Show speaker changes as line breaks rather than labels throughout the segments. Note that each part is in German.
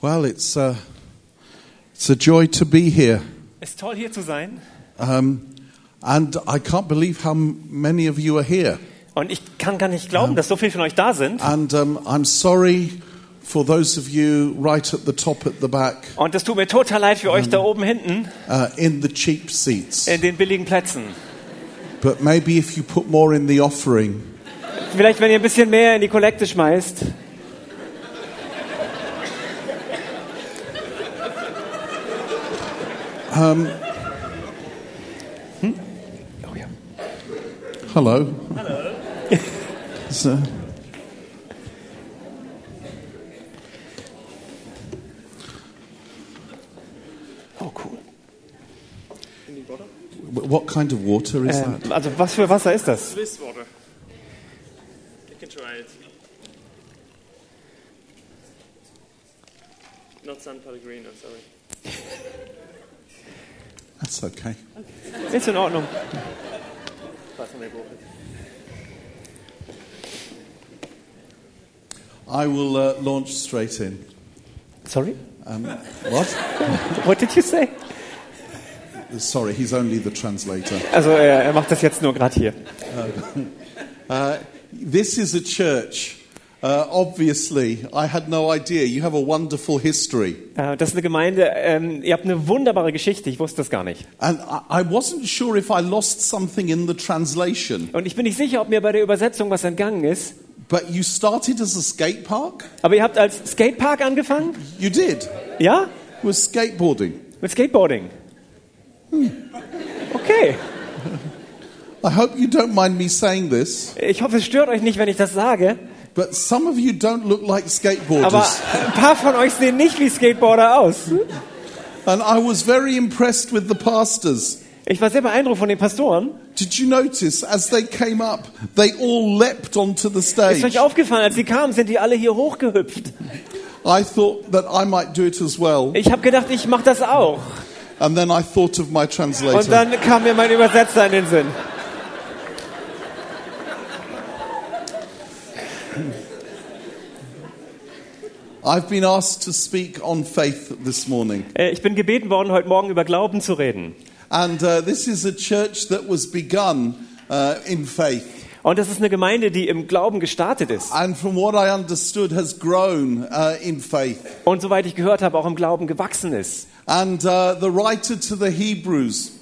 Well, it's, uh, it's a joy to be here.
Es ist toll, hier zu sein.
Um, and I can't believe how m- many of you are here.
Und ich kann gar nicht glauben, dass so viele von euch da sind.
And um, I'm sorry for those of you right at the top at the back
Und es tut mir total leid für euch da oben hinten
uh, in the cheap seats.
in den billigen Plätzen.
But maybe if you put more in the offering,
Vielleicht, wenn ihr ein bisschen mehr in die Kollekte schmeißt. Hm? Ähm. Oh ja.
hello. Hello. so,
Oh cool.
w- what kind of water is that?
Ähm, also was für Wasser ist das?
Swiss water. You can try it. Not San Pellegrino, sorry.
That's okay.
Ist in Ordnung.
Pass mal Gurke.
I will uh, launch straight in.
Sorry?
Um, what?
What did you say?
Sorry, he's only the translator.
Also er, er macht das jetzt nur gerade hier.
Uh, this is a church. Uh, obviously, I had no idea. You have a wonderful history.
Äh, Das ist eine Gemeinde, ähm, ihr habt eine wunderbare Geschichte, ich wusste das gar nicht.
And I, I wasn't sure if I lost something in the translation.
Und ich bin nicht sicher, ob mir bei der Übersetzung was entgangen ist,
But you started as a skate park?
aber ihr habt als Skatepark angefangen?
You did.
Ja?
With skateboarding.
Mit Skateboarding. Hm. Okay.
I hope you don't mind me saying this,
Ich hoffe, es stört euch nicht, wenn ich das sage,
but some of you don't look like
aber
skateboarders.
ein paar von euch sehen nicht wie Skateboarder aus.
And I was very impressed with the pastors.
Ich war sehr beeindruckt von den Pastoren.
Did you notice as they came up, they all leapt onto the
Ist
stage?
euch aufgefallen, als sie kamen, sind die alle hier hochgehüpft.
I thought that I might do it as well.
Ich habe gedacht, ich mache das auch.
And then I thought of my translator.
Und dann kam mir mein Übersetzer in den Sinn.
I've been asked to speak on faith this morning.
Äh, Ich bin gebeten worden, heute Morgen über Glauben zu reden.
And uh, this is a church that was begun uh, in faith.
Und das ist eine Gemeinde, die im Glauben gestartet ist.
And from what I understood, has grown uh, in faith.
Und soweit ich gehört habe, auch im Glauben gewachsen ist.
And uh, the writer to the Hebrews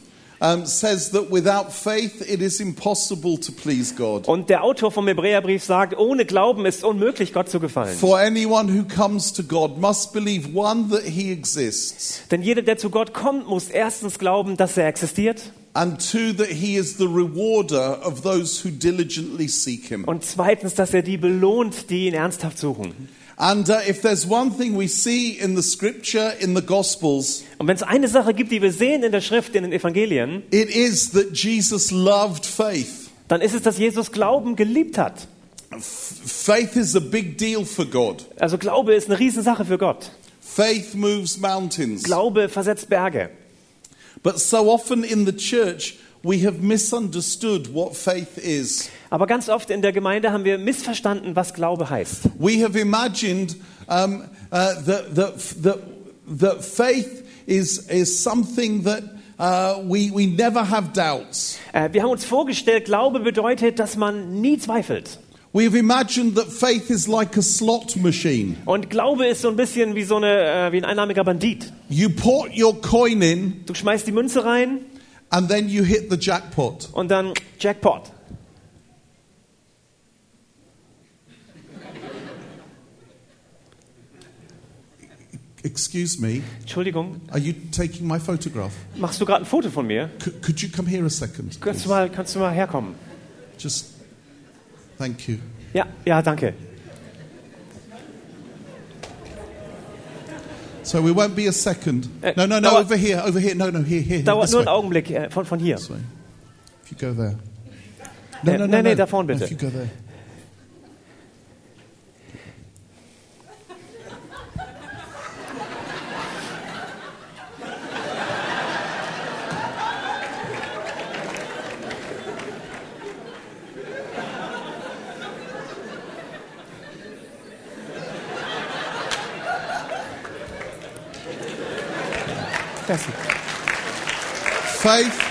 um, says that without faith, it is impossible to please God.
Und der Autor vom Hebräerbrief sagt, ohne Glauben ist unmöglich, Gott zu gefallen.
For anyone who comes to God must believe one, that he exists,
Denn jeder, der zu Gott kommt, muss erstens glauben, dass er existiert.
and two, that he is the rewarder of those who diligently seek him.
Und zweitens, dass er die belohnt, die ihn ernsthaft suchen.
And uh, if there's one thing we see in the scripture, in the gospels,
Und wenn es eine Sache gibt, die wir sehen in der Schrift, in den Evangelien,
it is that Jesus loved faith.
dann ist es, dass Jesus Glauben geliebt hat.
Faith is a big deal for God.
Also Glaube ist eine Riesensache für Gott.
Faith moves mountains.
Glaube versetzt Berge.
But so often in the church, we have misunderstood what faith is.
Aber ganz oft in der Gemeinde haben wir missverstanden, was Glaube heißt.
We have imagined um, uh, that, that, that, that faith is, is something that uh, we, we never have doubts.
Äh, Wir haben uns vorgestellt, Glaube bedeutet, dass man nie zweifelt.
We've imagined that faith is like a slot machine.
Und Glaube ist so ein bisschen wie so eine äh, wie ein einnahmiger Bandit.
You put your coin in
Du schmeißt die Münze rein
and then you hit the jackpot.
und dann Jackpot.
Excuse me,
Entschuldigung,
are you taking my photograph?
machst du gerade ein Foto von mir?
C- could you come here a second?
Kannst du mal kannst du mal herkommen?
Just thank you.
Ja, ja, danke.
So we won't be a second.
Eh,
No, no, no,
dauert-
over here, over here. No, no, here, here.
Dauert
this
nur
way.
einen Augenblick äh, von von hier.
This way. If you go there.
Eh, nee, nee, da vorne bitte.
If you go there.
vergessen.
Faith.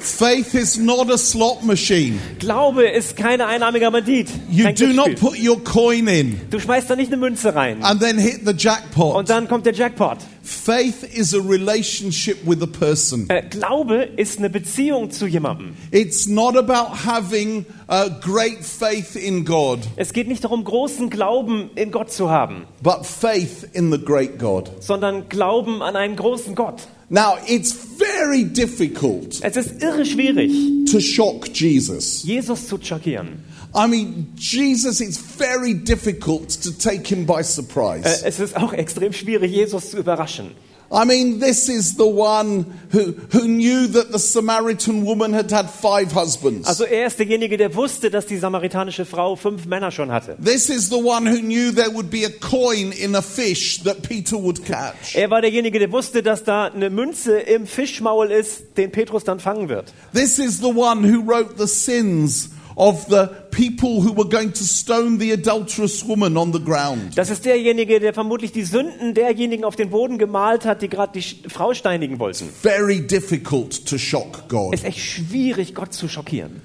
Faith is not a slot machine.
Glaube ist kein einarmiger Bandit.
You
Kein
do not
Glücksspiel.
put your coin in
du schmeißt da nicht eine Münze rein.
and then hit the
Und
jackpot.
dann kommt der Jackpot.
Faith is a relationship with a person.
Äh, Glaube ist eine Beziehung zu jemandem.
It's not about having uh, great faith in God,
Es geht nicht darum, großen Glauben in Gott zu haben,
but faith in the great God.
sondern Glauben an einen großen Gott.
Now, it's very difficult
Es ist irre schwierig,
to shock Jesus.
Jesus zu schockieren.
I mean, Jesus, it's very difficult to take him by
Äh,
surprise.
es ist auch extrem schwierig, Jesus zu überraschen.
I mean, this is the one who, who knew that the Samaritan woman had had five husbands.
Also er ist derjenige, der wusste, dass die samaritanische Frau fünf Männer schon hatte.
This is the one who knew there would be a coin in a fish that Peter would catch.
Er war derjenige, der wusste, dass da eine Münze im Fischmaul ist, den Petrus dann fangen wird.
This is the one who wrote the sins of the people who were going to stone the adulterous woman on the ground.
Das ist derjenige, der vermutlich die Sünden derjenigen auf den Boden gemalt hat, die gerade die Sch- Frau steinigen wollten.
Very difficult to shock God.
Es ist echt schwierig, Gott zu schockieren.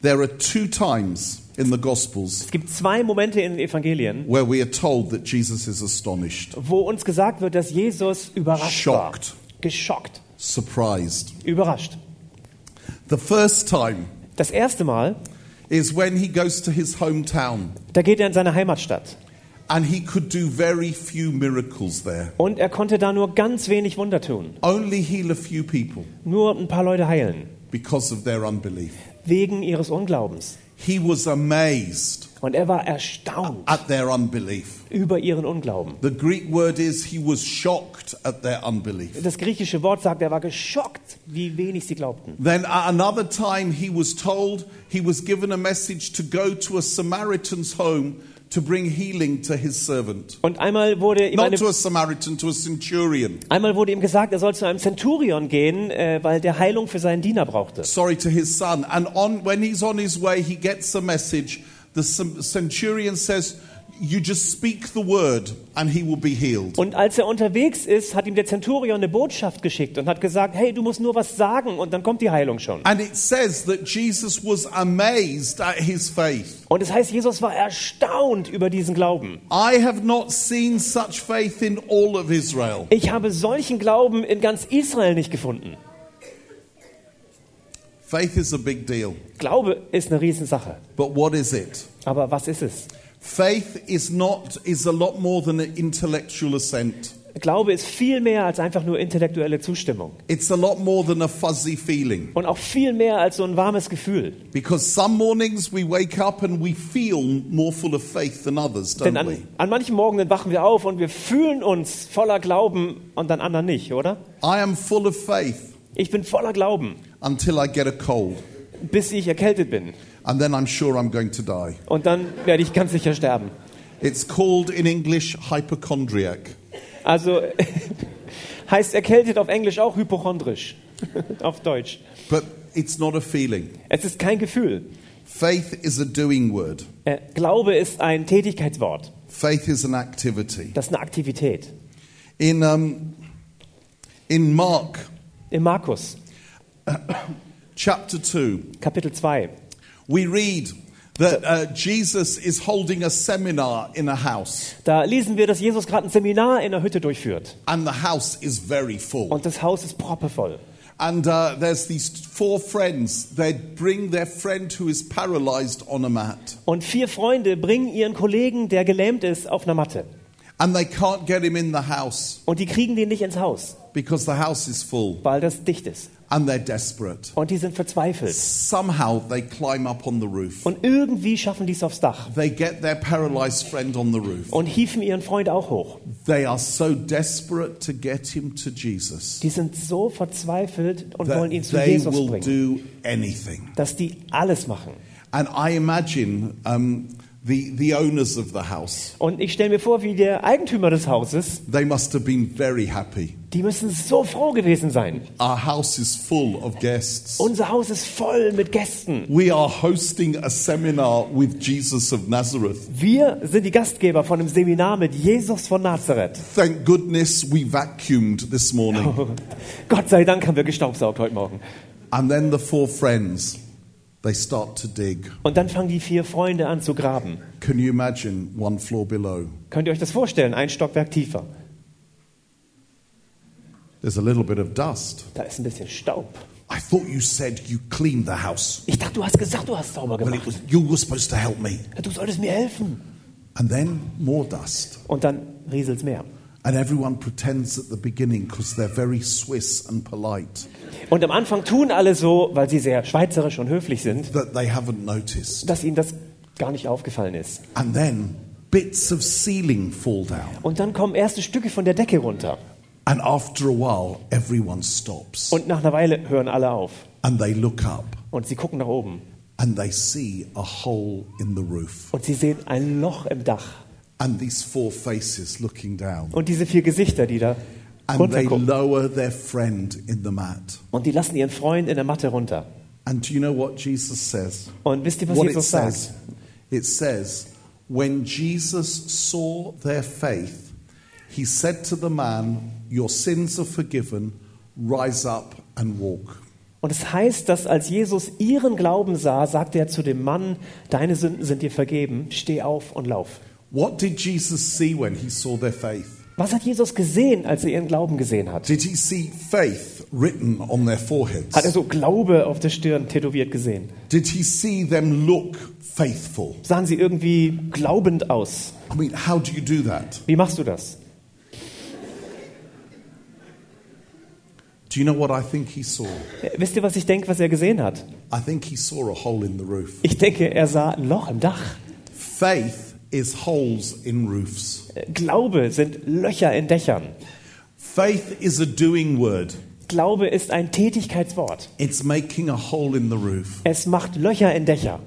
There are two times in the Gospels
Es gibt zwei Momente in den Evangelien,
where we are told that Jesus is astonished,
wo uns gesagt wird, dass Jesus überrascht war.
Schockt.
Geschockt.
surprised.
Überrascht.
The first time
Das erste Mal,
is when he goes to his hometown
da geht er in seine Heimatstadt.
and he could do very few miracles there,
Und er konnte da nur ganz wenig Wunder tun.
only heal a few people
Nur ein paar Leute heilen.
because of their unbelief.
Wegen ihres Unglaubens.
He was amazed
Und er war erstaunt
at their unbelief.
über ihren Unglauben.
The Greek word is he was shocked at their unbelief.
Das griechische Wort sagt, er war geschockt, wie wenig sie glaubten.
Then at another time, he was told, he was given a message to go to a Samaritan's home to bring healing to his servant.
Und einmal wurde ihm,
Not
eine,
to a Samaritan, to a centurion.
einmal wurde ihm gesagt, er soll zu einem Zenturion gehen, äh, weil der Heilung für seinen Diener brauchte.
Sorry, to his son. And on, when he's on his way, he gets a message. The cen- centurion says, You just speak the word and he will be healed.
Und als er unterwegs ist, hat ihm der Zenturion eine Botschaft geschickt und hat gesagt, hey, du musst nur was sagen und dann kommt die Heilung schon.
And it says that Jesus was amazed at his faith.
Und es heißt, Jesus war erstaunt über diesen Glauben.
I have not seen such faith in all of Israel.
Ich habe solchen Glauben in ganz Israel nicht gefunden.
Faith is a big deal.
Glaube ist eine Riesensache.
But what is it?
Aber was ist es?
Faith is not is a lot more than an intellectual assent.
Glaube ist viel mehr als einfach nur intellektuelle Zustimmung.
It's a lot more than a fuzzy feeling.
Und auch viel mehr als so ein warmes Gefühl.
Because some mornings we wake up and we feel more full of faith than others,
Denn
don't we?
an, an manchen Morgen wachen wir auf und wir fühlen uns voller Glauben und an anderen nicht, oder?
I am full of faith
Ich bin voller Glauben,
until I get a cold.
bis ich erkältet bin.
And then I'm sure I'm going to die.
Und dann werde ich ganz sicher sterben.
It's called in English hypochondriac.
Also heißt erkältet auf Englisch auch hypochondrisch. auf Deutsch.
But it's not a feeling.
Es ist kein Gefühl.
Faith is a doing word.
Äh, Glaube ist ein Tätigkeitswort.
Faith is an activity.
Das ist eine Aktivität.
In, um, in Mark
In Markus,
chapter 2,
Kapitel 2,
we read that uh, Jesus is holding a seminar in a house,
da lesen wir, dass Jesus gerade ein Seminar in der Hütte durchführt.
and the house is very full.
Und das Haus ist proppevoll.
And uh, there's these four friends. They bring their friend who is paralyzed on a mat,
Und vier Freunde bringen ihren Kollegen, der gelähmt ist, auf einer Matte.
and they can't get him in the house
Und die kriegen den nicht ins Haus,
because the house is full,
weil das dicht ist.
and they're desperate.
Und die sind verzweifelt.
Somehow they climb up on the roof.
Und irgendwie schaffen die es aufs Dach
They get their paralyzed friend on the roof.
und hiefen ihren Freund auch hoch.
They are so desperate to get him to Jesus
Die sind so verzweifelt und
that
wollen ihn zu
they
Jesus
will
bringen,
do anything.
dass die alles machen.
And I imagine um, the, the owners of the house.
Und ich stelle mir vor, wie der Eigentümer des Hauses,
They must have been very happy.
die müssen so froh gewesen sein.
Our house is full of guests.
Unser Haus ist voll mit Gästen.
We are hosting a seminar with Jesus of Nazareth.
Wir sind die Gastgeber von einem Seminar mit Jesus von Nazareth.
Thank goodness we vacuumed this morning.
Gott sei Dank haben wir gestaubsaugt heute Morgen.
And then the four friends, they start to dig.
Und dann fangen die vier Freunde an zu graben.
Can you imagine one floor below?
Könnt ihr euch das vorstellen? Ein Stockwerk tiefer.
There's a little bit of dust.
Da ist ein bisschen Staub.
I thought you said you cleaned the house.
Ich dachte, du hast gesagt, du hast sauber
Well, it
gemacht.
was, you were supposed to help me.
Du solltest mir helfen.
And then more dust.
Und dann rieselt's mehr.
And everyone pretends at the beginning because they're very Swiss and polite
Und am Anfang tun alle so, weil sie sehr schweizerisch und höflich sind,
that they haven't noticed.
dass ihnen das gar nicht aufgefallen ist.
And then bits of ceiling fall down.
Und dann kommen erste Stücke von der Decke runter.
And after a while, everyone stops
Und nach einer Weile hören alle auf.
and they look up
Und sie gucken nach oben.
and they see a hole in the roof.
Und sie sehen ein Loch im Dach.
And these four faces looking down.
Und diese vier Gesichter, die da
And they
runtergucken.
lower their friend in the mat.
Und die lassen ihren Freund in der Matte runter.
And do you know what Jesus says?
Und wisst ihr, was
what it
Jesus sagt?
says? It says, when Jesus saw their faith, he said to the man, Your sins are forgiven, rise up and walk.
Und es heißt, dass als Jesus ihren Glauben sah, sagte er zu dem Mann, deine Sünden sind dir vergeben, steh auf und lauf.
What did Jesus see when he saw their faith?
Was hat Jesus gesehen, als er ihren Glauben gesehen hat?
Did he see faith written on their foreheads?
Hat er so Glaube auf der Stirn tätowiert gesehen?
Did he see them look faithful?
Sahen sie irgendwie glaubend aus?
I mean, how do you do that?
Wie machst du das?
Do you know what I think he saw?
Äh, Wisst ihr, was ich denke, was er gesehen hat?
I think he saw a hole in the roof.
Ich denke, er sah ein Loch im Dach.
Faith is holes in roofs.
Äh, Glaube sind Löcher in Dächern.
Faith is a doing word.
Glaube ist ein Tätigkeitswort.
It's making a hole in the roof.
Es macht Löcher in Dächer.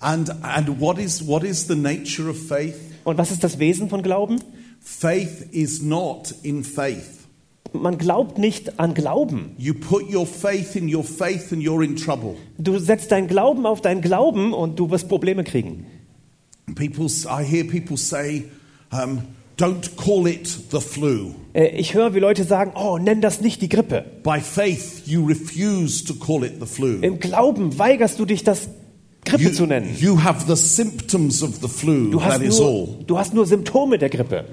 And and what is what is the nature of faith?
Und was ist das Wesen von Glauben?
Faith is not in faith.
Man glaubt nicht an Glauben.
You put your faith in your faith and you're in trouble.
Du setzt deinen Glauben auf deinen Glauben und du wirst Probleme kriegen.
People s- I hear people say um, don't call it the flu.
Äh, Ich höre, wie Leute sagen, oh, nenn das nicht die Grippe.
By faith you refuse to call it the flu.
Im Glauben weigerst du dich, das Grippe
You,
zu nennen.
you have the symptoms of the flu.
Du hast,
that is
nur,
all.
du hast nur Symptome der Grippe.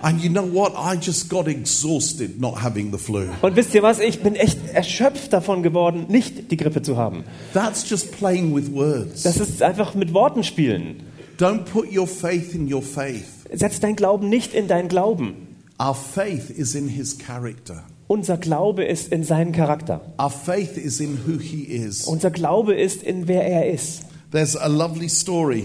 And you know what? I just got exhausted not having the flu.
Und wisst ihr was, ich bin echt erschöpft davon geworden, nicht die Grippe zu haben.
That's just playing with words.
Das ist einfach mit Worten spielen.
Don't put your faith in your faith.
Setz deinen Glauben nicht in deinen Glauben.
Our faith is in his character.
Unser Glaube ist in seinen Charakter.
Our faith is in who he is.
Unser Glaube ist in wer er ist.
There's a lovely story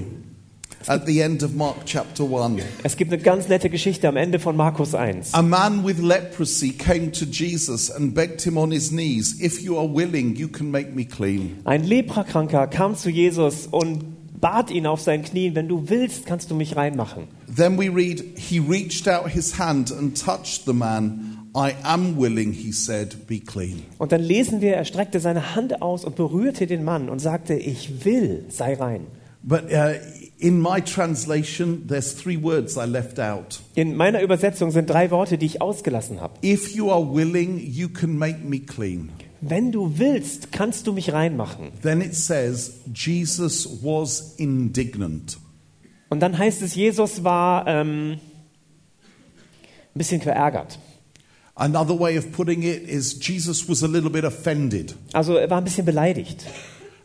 at the end of Mark chapter 1.
Es gibt eine ganz nette Geschichte am Ende von Markus 1.
A man with leprosy came to Jesus and begged him on his knees, If you are willing, you can make me clean.
Ein Leprakranker kam zu Jesus und bat ihn auf seinen Knien, wenn du willst, kannst du mich reinmachen.
Then we read, He reached out his hand and touched the man. I am willing, he said, be clean.
Und dann lesen wir, er streckte seine Hand aus und berührte den Mann und sagte, ich will, sei rein.
But uh, in my translation, there's three words I left out.
In meiner Übersetzung sind drei Worte, die ich ausgelassen habe.
If you are willing, you can make me clean.
Wenn du willst, kannst du mich reinmachen.
Then it says, Jesus was indignant.
Und dann heißt es, Jesus war ähm, ein bisschen verärgert.
Another way of putting it is, Jesus was a little bit offended.
Also er war ein bisschen beleidigt,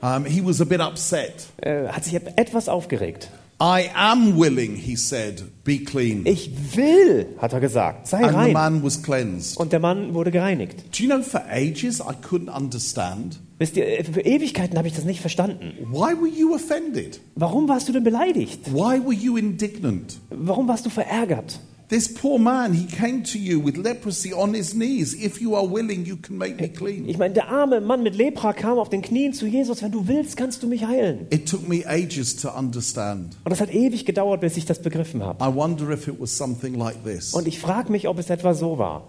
Um, he was a bit upset.
äh, hat sich etwas aufgeregt.
I am willing, he said, be clean.
Ich will, hat er gesagt, sei
And the
rein.
man was cleansed.
Und der Mann wurde gereinigt.
Do you know, for ages, I couldn't understand
Wisst ihr, äh, für Ewigkeiten habe ich das nicht verstanden.
why were you offended?
Warum warst du denn beleidigt?
Why were you indignant?
Warum warst du verärgert?
This poor man, he came to you with leprosy on his knees. If you are willing, you can make me clean.
Ich meine, der arme Mann mit Lepra kam auf den Knien zu Jesus, wenn du willst, kannst du mich heilen.
It took me ages to understand.
Und das hat ewig gedauert, bis ich das begriffen habe.
I wonder if it was something like this.
Und ich frage mich, ob es etwa so war.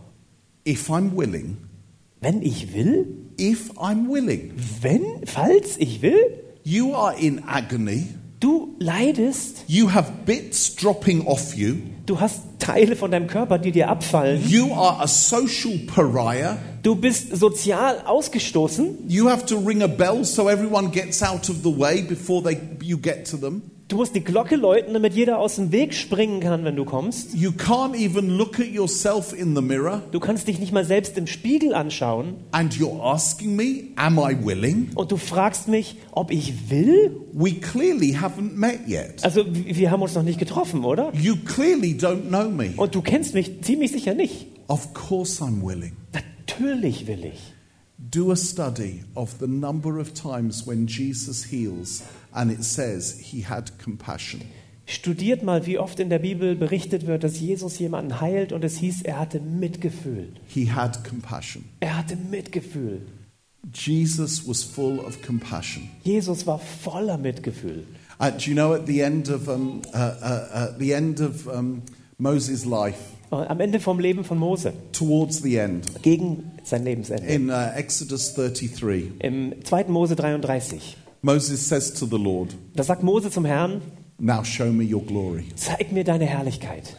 If I'm willing,
Wenn ich will?
if I'm willing,
Wenn? Falls ich will?
you are in agony.
Du leidest,
You have bits dropping off you.
du hast Teile von deinem Körper, die dir abfallen.
You are a social pariah.
Du bist sozial ausgestoßen.
You have to ring a bell so everyone gets out of the way before they, you get to them.
Du musst die Glocke läuten, damit jeder aus dem Weg springen kann, wenn du kommst.
You can't even look at yourself in the mirror.
Du kannst dich nicht mal selbst im Spiegel anschauen.
And you're asking me, am I willing?
Und du fragst mich, ob ich will?
We clearly haven't met yet.
Also, w- wir haben uns noch nicht getroffen, oder?
You clearly don't know me.
Und du kennst mich ziemlich sicher nicht.
Of course I'm willing.
Natürlich will ich.
Do a study of the number of times when Jesus heals and it says he had compassion.
Studiert mal, wie oft in der Bibel berichtet wird, dass Jesus jemanden heilt und es hieß, er hatte Mitgefühl.
He had compassion.
Er hatte Mitgefühl.
Jesus was full of compassion.
Jesus war voller Mitgefühl.
Uh, do you know at the end of, um, uh, uh, uh, at the end of um, Moses' life,
Und Am Ende vom Leben von Mose,
towards the end,
gegen sein Lebensende.
in uh, Exodus 33,
Im 2. Mose 33.
Moses says to the Lord,
Da sagt Mose zum Herrn,
Now show me your glory.
zeig mir deine Herrlichkeit.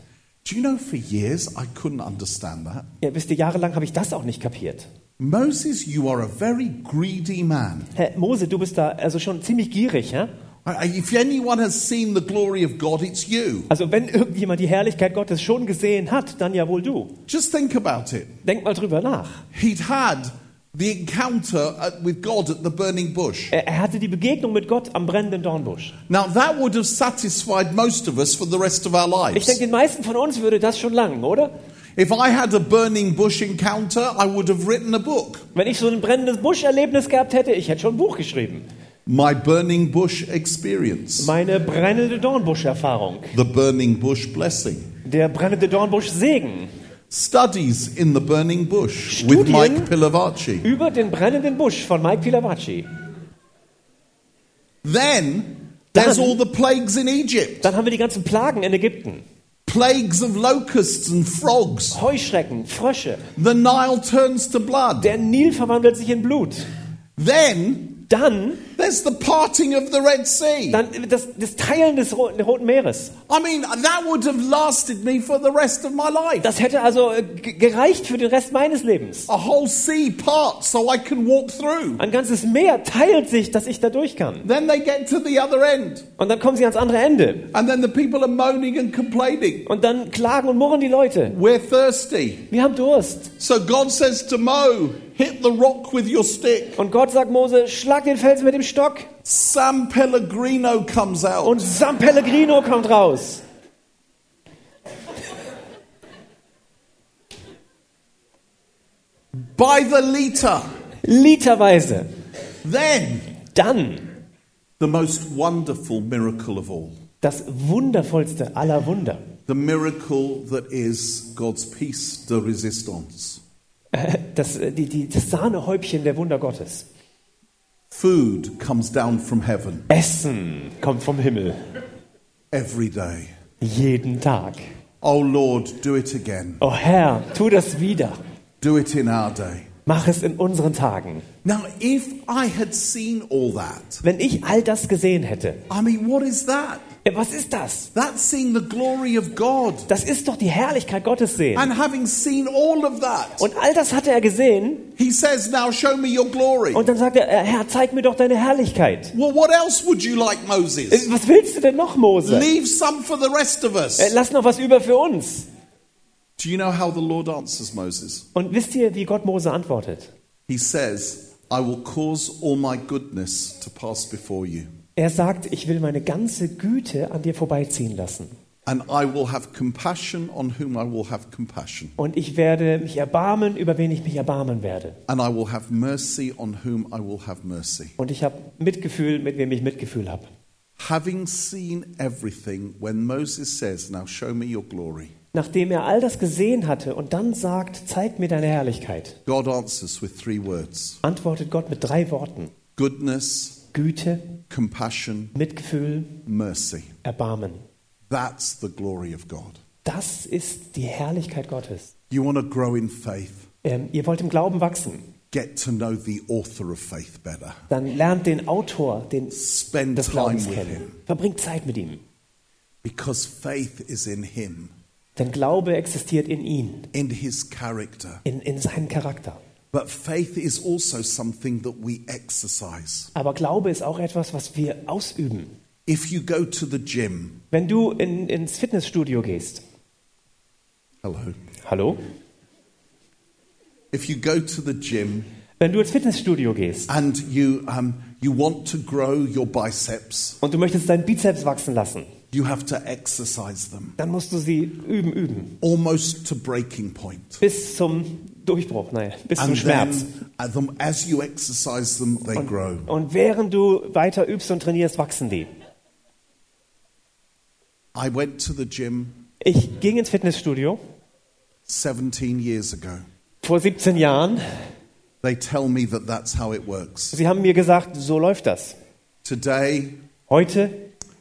Do you know for years I couldn't understand that?
Ja, wisst ihr, jahrelang habe ich das auch nicht kapiert.
Moses, you are a very greedy man.
Herr Mose, du bist da also schon ziemlich gierig, ja?
I- I- Uh, If anyone has seen the glory of God, it's you.
Also wenn irgendjemand die Herrlichkeit Gottes schon gesehen hat, dann ja wohl du.
Just think about it.
Denk mal drüber nach.
He'd had the encounter at, with God at the burning bush.
Er, er hatte die Begegnung mit Gott am brennenden Dornbusch.
Now, that would have satisfied most of us for the rest of our
Ich denke,
lives.
den meisten von uns würde das schon langen, oder?
If I had a burning bush encounter, I would have written a book.
Wenn ich so ein brennendes Buscherlebnis gehabt hätte, ich hätte schon ein Buch geschrieben.
My burning bush experience.
Meine brennende Dornbusch-Erfahrung.
The burning bush blessing.
Der brennende Dornbusch-Segen.
Studies in the burning bush with
Studien?
Mike Pilavacci.
Über den brennenden Busch von Mike Pilavacci.
Then there's
Dann-
all the plagues in Egypt
Dann haben wir die ganzen Plagen in Ägypten.
plagues of locusts and frogs.
Heuschrecken, Frösche.
The Nile turns to blood.
Der Nil verwandelt sich in Blut.
Then
Dann,
there's the parting of the Red Sea.
dann das, das Teilen des Ro- Roten Meeres.
I mean, that would have lasted me for the rest of my life.
Das hätte also äh, g- gereicht für den Rest meines Lebens.
A whole sea parts so I can walk through.
Ein ganzes Meer teilt sich, dass ich da durch kann.
Then they get to the other end.
Und dann kommen sie ans andere Ende.
And then the people are moaning and complaining.
Und dann klagen und murren die Leute.
We're thirsty.
Wir haben Durst.
So God says to Mo, hit the rock with your stick.
Und Gott sagt Mose, schlag den Felsen mit dem Stock.
Sam Pellegrino comes out.
Und San Pellegrino kommt raus.
by the liter.
Literweise.
Then,
Dann
the most wonderful miracle of all,
das wundervollste aller Wunder.
the miracle that is God's piece de resistance.
Äh, Das, äh, die, die, das Sahnehäubchen der Wunder Gottes.
Food comes down from heaven
Essen kommt vom Himmel.
every day.
Jeden Tag.
Oh Lord, do it again.
Oh Herr, tu das wieder.
Do it in our day.
Mach es in unseren Tagen.
Now, if I had seen all that,
Wenn ich all das gesehen hätte.
I mean, what is that?
Äh, Was ist das?
That's seeing the glory of God.
Das ist doch die Herrlichkeit Gottes sehen.
And having seen all of that,
Und all das hatte er gesehen.
he says, Now show me your glory.
Und dann sagt er, äh, Herr, zeig mir doch deine Herrlichkeit.
Well, what else would you like,
Äh,
Moses?
Was willst du denn noch, Mose?
Leave some for the rest of us.
Äh, Lass noch was über für uns.
Do you know how the Lord answers Moses?
Und wisst ihr, wie Gott Mose antwortet?
He says, I will cause all my goodness to pass before you,
Er sagt, ich will meine ganze Güte an dir vorbeiziehen lassen.
and I will have compassion on whom I will have compassion,
Und ich werde mich erbarmen, über wen ich mich erbarmen werde.
and I will have mercy on whom I will have mercy.
Und ich habe Mitgefühl, mit wem ich Mitgefühl habe.
Having seen everything, when Moses says, Now show me your glory,
nachdem er all das gesehen hatte und dann sagt, zeig mir deine Herrlichkeit,
God answers with three words
antwortet Gott mit drei Worten.
goodness,
Güte,
compassion,
Mitgefühl,
mercy.
Erbarmen.
That's the glory of God.
Das ist die Herrlichkeit Gottes.
You want to grow in faith?
Ähm, ihr wollt im Glauben wachsen,
Get to know the author of faith better.
dann lernt den Autor den,
Spend
des
time
Glaubens
with
kennen.
him
Verbringt Zeit mit ihm.
because faith is in him,
Denn Glaube existiert in ihm,
in his character.
in, in seinem Charakter.
But faith is also something that we exercise.
Aber Glaube ist auch etwas, was wir ausüben.
If you go to the gym,
Wenn du in, ins Fitnessstudio gehst,
hello.
hallo?
If you go to the gym
Wenn du ins Fitnessstudio gehst
and you, um, you want to grow your biceps,
und du möchtest deinen Bizeps wachsen lassen,
you have to exercise them
dann musst du sie üben, üben.
almost to breaking point.
Bis zum Durchbruch, nein, bis zum
And
Schmerz.
then, uh, them- as you exercise them, they grow.
Und während du weiter übst und trainierst, wachsen die.
I went to the gym
Ich ging ins Fitnessstudio
17 years ago.
vor 17 Jahren.
They tell me that that's how it works.
Sie haben mir gesagt, so läuft das.
Today,
Heute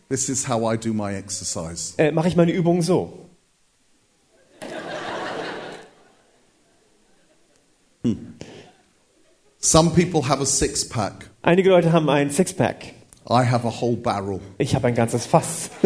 this is how I do my exercise.
äh, mache ich meine Übungen so.
Some people have a six pack,
Einige Leute haben ein Sixpack.
I have a whole barrel.
Ich habe ein ganzes Fass.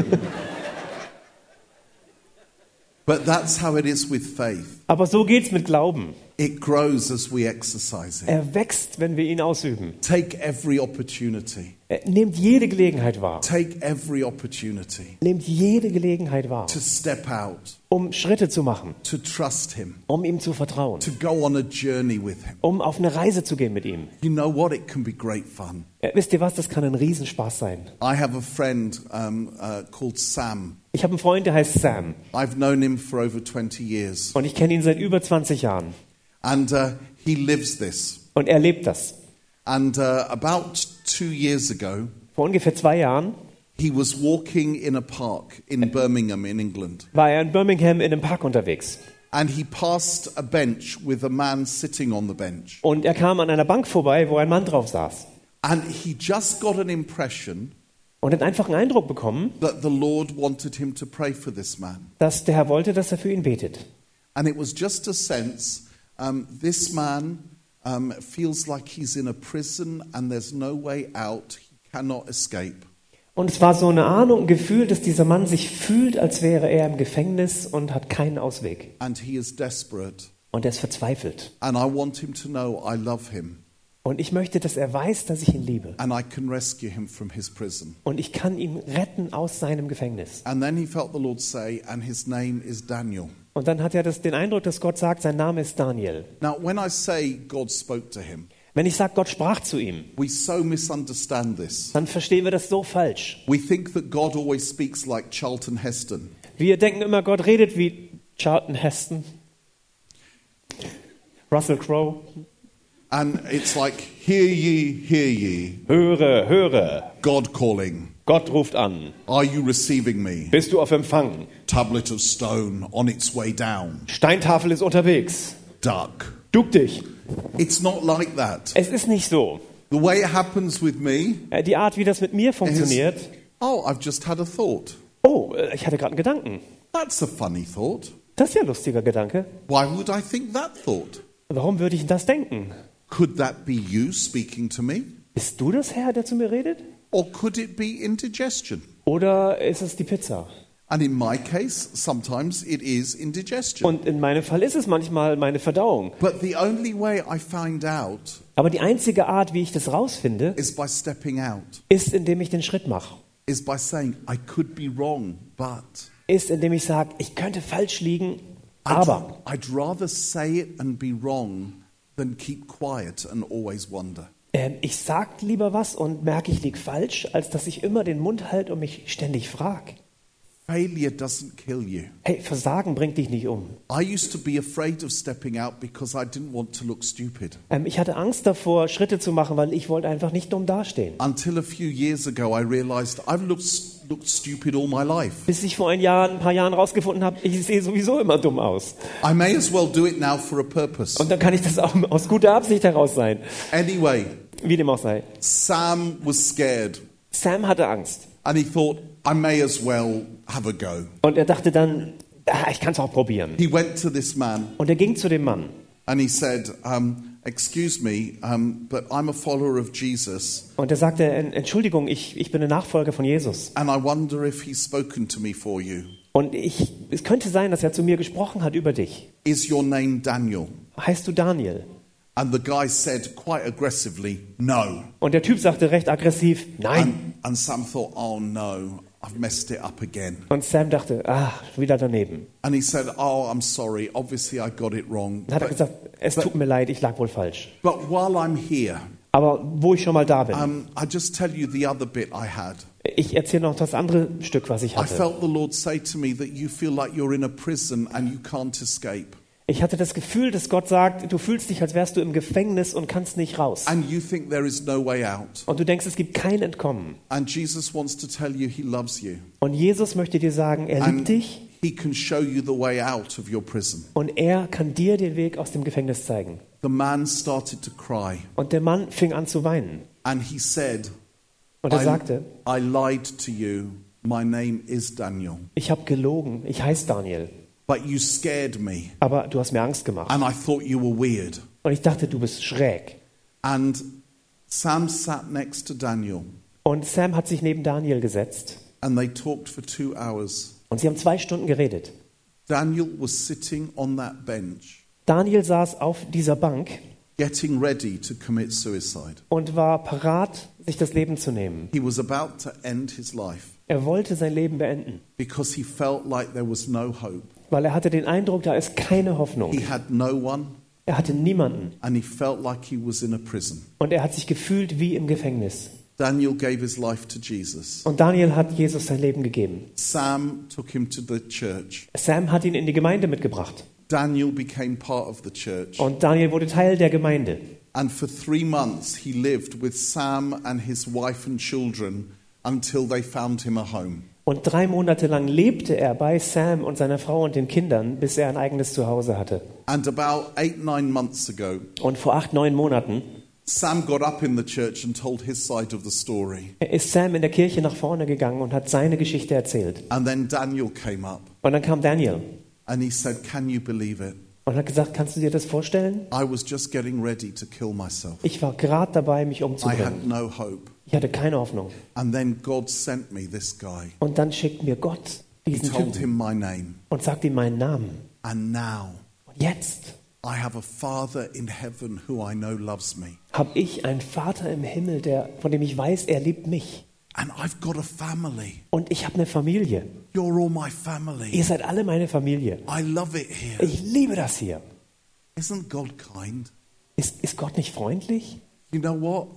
But that's how it is with faith.
Aber so geht's mit Glauben.
It grows as we exercise it.
Er wächst, wenn wir ihn ausüben.
Take every opportunity.
Äh, Nehmt jede Gelegenheit wahr.
Take every opportunity
Nehmt jede Gelegenheit wahr,
to step out,
um Schritte zu machen,
to trust Him,
um ihm zu vertrauen,
to go on a journey with Him.
um auf eine Reise zu gehen mit ihm.
You know what? It can be great fun.
Äh, Wisst ihr was, das kann ein Riesenspaß sein.
I have a friend um, uh, called Sam.
Ich habe einen Freund, der heißt Sam.
I've known him for over 20 years.
Und ich kenne ihn seit über 20 Jahren.
And uh, he lives this.
Und er lebt das.
And uh, about two years ago,
Vor ungefähr zwei Jahren
he was walking in a park in Birmingham, in England.
war er in Birmingham in einem Park unterwegs.
And he passed a bench with a man sitting on the bench.
Und er kam an einer Bank vorbei, wo ein Mann drauf saß.
And he just got an impression
Und hat einfach einen Eindruck bekommen,
that the Lord wanted him to pray for this man.
dass der Herr wollte, dass er für ihn betet.
And it was just a sense um, this man um, feels like he's in a prison and there's no way out, he cannot escape.
Und es war so eine Ahnung, ein Gefühl, dass dieser Mann sich fühlt, als wäre er im Gefängnis und hat keinen Ausweg.
And he is desperate.
Und er ist verzweifelt.
And I want him to know I love him
Und ich möchte, dass er weiß, dass ich ihn liebe.
and I can rescue him from his prison.
Und ich kann ihn retten aus seinem Gefängnis.
And then he felt the Lord say, and his name is Daniel.
Und dann hat er das, den Eindruck, dass Gott sagt, sein Name ist Daniel.
Now, when I say God spoke to him,
Wenn ich sage, Gott sprach zu ihm,
We so misunderstand this.
dann verstehen wir das so falsch.
We think that God always speaks like Charlton Heston.
Wir denken immer, Gott redet wie Charlton Heston, Russell Crowe.
And it's like, hear ye, hear ye,
Höre, höre,
God calling.
Gott ruft an.
Are you receiving me?
Bist du auf Empfang?
Tablet of stone on its way down.
Steintafel ist unterwegs.
Duck.
Duck dich.
It's not like that.
Es ist nicht so.
The way it happens with me
Äh, Die Art, wie das mit mir
is,
funktioniert.
oh, I've just had a thought.
Oh, äh, ich hatte gerade einen Gedanken.
That's a funny thought.
Das ist ja ein lustiger Gedanke.
Why would I think that thought?
Warum würde ich das denken?
Could that be you speaking to me?
Bist du das Herr, der zu mir redet?
Or could it be indigestion?
Oder ist es die Pizza?
And in my case, sometimes it is indigestion.
Und in meinem Fall ist es manchmal meine Verdauung.
But the only way I find out
Aber die einzige Art, wie ich das rausfinde,
is by stepping out,
ist, indem ich den Schritt mache.
is by saying, I could be wrong, but
Ist, indem ich sage, ich könnte falsch liegen,
I'd,
aber.
I'd rather say it and be wrong than keep quiet and always wonder.
Ähm, ich sag lieber was und merke, ich lieg falsch, als dass ich immer den Mund halte und mich ständig frag.
Failure doesn't kill you.
Hey, Versagen bringt dich nicht um.
I used to be afraid of stepping out because I didn't want to look stupid.
Ähm, ich hatte Angst davor, Schritte zu machen, weil ich wollte einfach nicht dumm dastehen.
Until a few years ago, I realized I've looked, looked stupid all my life.
Bis ich vor ein, Jahr, ein paar Jahren rausgefunden habe, ich sehe sowieso immer dumm aus.
I may as well do it now for a purpose.
Und dann kann ich das auch aus guter Absicht heraus sein.
Anyway,
Wie dem auch sei.
Sam was scared
Sam hatte Angst.
and he thought, I may as well have a go.
Und er dachte dann, ah, ich kann es auch probieren.
He went to this man
Und er ging zu dem Mann.
and he said, um, Excuse me, um, but I'm a follower of Jesus
Und er sagte, "En- Entschuldigung, ich, ich bin eine Nachfolger von Jesus.
and I wonder if he's spoken to me for you.
Und ich, es könnte sein, dass er zu mir gesprochen hat über dich.
Is your name Daniel?
Heißt du Daniel?
And the guy said quite aggressively, No.
Und der Typ sagte recht aggressiv, nein.
And, and Sam thought, Oh no, I've messed it up again.
Und Sam dachte, ach, wieder daneben.
And he said, Oh, I'm sorry. Obviously, I got it wrong.
Dann hat er gesagt, es tut mir leid, ich lag wohl falsch.
But while I'm here,
Aber wo ich schon mal da bin,
um, I just tell you the other bit I had.
ich erzähle noch das andere Stück, was ich
I
hatte.
felt the Lord say to me that you feel like you're in a prison and you can't escape.
Ich hatte das Gefühl, dass Gott sagt, du fühlst dich, als wärst du im Gefängnis und kannst nicht raus.
And you think there is no way out.
Und du denkst, es gibt kein Entkommen.
And Jesus wants to tell you he loves you.
Und Jesus möchte dir sagen, er
And
liebt dich
he can show you the way out of your prison.
und er kann dir den Weg aus dem Gefängnis zeigen.
The man started to cry
Und der Mann fing an zu weinen.
and he said,
Und er
I-
sagte,
I lied to you. My name is Daniel.
ich habe gelogen, ich heiße Daniel,
But you scared me
aber du hast mir Angst gemacht.
and I thought you were weird.
Und ich dachte, du bist schräg.
And Sam sat next to Daniel
Und Sam hat sich neben Daniel gesetzt
and they talked for two hours.
und sie haben zwei Stunden geredet.
Daniel was sitting on that bench,
Daniel saß auf dieser Bank
getting ready to commit suicide.
und war parat, sich das Leben zu nehmen.
He was about to end his life
Er wollte sein Leben beenden,
because he felt like there was no hope.
weil er hatte den Eindruck, da ist keine
He
Hoffnung.
had no one
Er hatte niemanden
and he felt like he was in a prison.
und er hat sich gefühlt wie im Gefängnis.
Daniel gave his life to Jesus.
Und Daniel hat Jesus sein Leben gegeben.
Sam took him to the church.
Sam hat ihn in die Gemeinde mitgebracht
Daniel became part of the church.
und Daniel wurde Teil der Gemeinde.
And for three months, he lived with Sam and his wife and children until they found him a home.
Und drei Monate lang lebte er bei Sam und seiner Frau und den Kindern, bis er ein eigenes Zuhause hatte.
And about eight, nine months ago,
Und vor acht, neun Monaten
Sam got up in the church and told his side of the story.
ist Sam in der Kirche nach vorne gegangen und hat seine Geschichte erzählt.
And then Daniel came up
Und dann kam Daniel
and he said, Can you believe it?
und hat gesagt, kannst du dir das vorstellen?
I was just getting ready to kill myself.
Ich war gerade dabei, mich
I
umzubringen.
had no hope.
Ich hatte keine Hoffnung.
And then God sent me this guy.
Und dann schickt mir Gott
He
diesen
told
Typen
him my name.
und sagt ihm meinen Namen.
And now
Und jetzt
I have a father in heaven who I know loves me.
habe ich einen Vater im Himmel, der, von dem ich weiß, er liebt mich.
And I've got a family.
Und ich habe eine Familie.
You're all my
Ihr
family.
seid alle meine Familie.
I love it here.
Ich liebe das hier.
Isn't God kind?
Ist, ist Gott nicht freundlich?
You know what?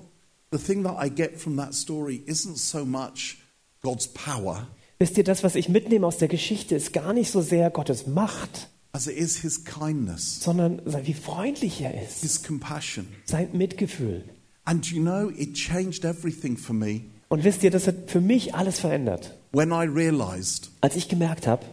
The thing that I get from that story isn't so much God's power
Wisst ihr, das, was ich mitnehme aus der Geschichte, ist gar nicht so sehr Gottes Macht,
as it is his kindness,
sondern sein- wie freundlich er ist,
his compassion.
sein Mitgefühl.
And you know, it changed everything for me
Und wisst ihr, das hat für mich alles verändert.
when I realized
Als ich gemerkt habe,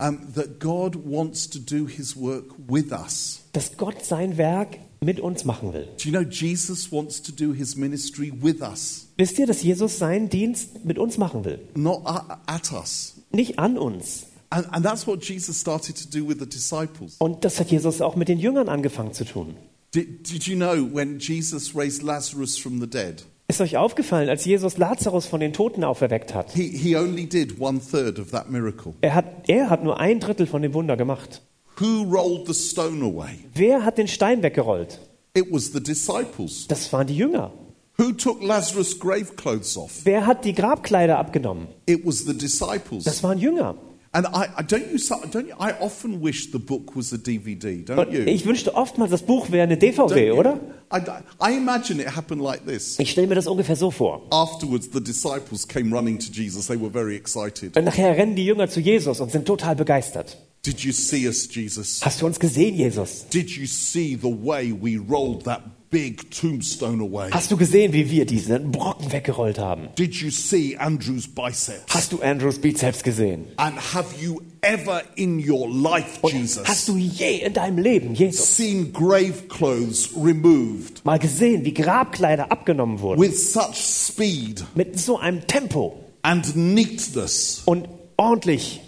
um, that God wants to do his work with us.
dass Gott sein Werk mit uns machen will.
Do you know Jesus wants to do his ministry with us,
Wisst ihr, dass Jesus seinen Dienst mit uns machen will?
not a- at us?
Nicht an uns.
And, and that's what Jesus started to do with the disciples.
Und das hat Jesus auch mit den Jüngern angefangen zu tun.
Did, did you know when Jesus raised Lazarus from the dead,
Ist euch aufgefallen, als Jesus Lazarus von den Toten auferweckt hat?
he, he only did one third of that miracle?
Er hat, er hat nur ein Drittel von dem Wunder gemacht.
Who rolled the stone away?
Wer hat den Stein weggerollt?
It was the disciples.
Das waren die Jünger.
Who took Lazarus' grave clothes off?
Wer hat die Grabkleider abgenommen?
It was the disciples.
Das waren Jünger.
And I, I don't you, so- don't you, I often wish the book was a DVD, don't
Und
you?
ich wünschte oftmals, das Buch wäre eine
Don't
DVD,
you?
oder?
I, I imagine it happened like this.
Ich stelle mir das ungefähr so vor.
Afterwards, the disciples came running to Jesus. They were very excited.
Und nachher rennen die Jünger zu Jesus und sind total begeistert.
Did you see us, Jesus?
Hast du uns gesehen, Jesus?
Did you see the way we rolled that big tombstone away?
Hast du gesehen, wie wir diesen Brocken weggerollt haben?
Did you see Andrew's biceps?
Hast du Andrews Bizeps gesehen?
And have you ever in your life,
Und hast
Jesus,
du je in deinem Leben, Jesus,
seen grave clothes removed
mal gesehen, wie Grabkleider abgenommen wurden?
with such speed
Mit so einem Tempo
and neatness?
und ordentlich.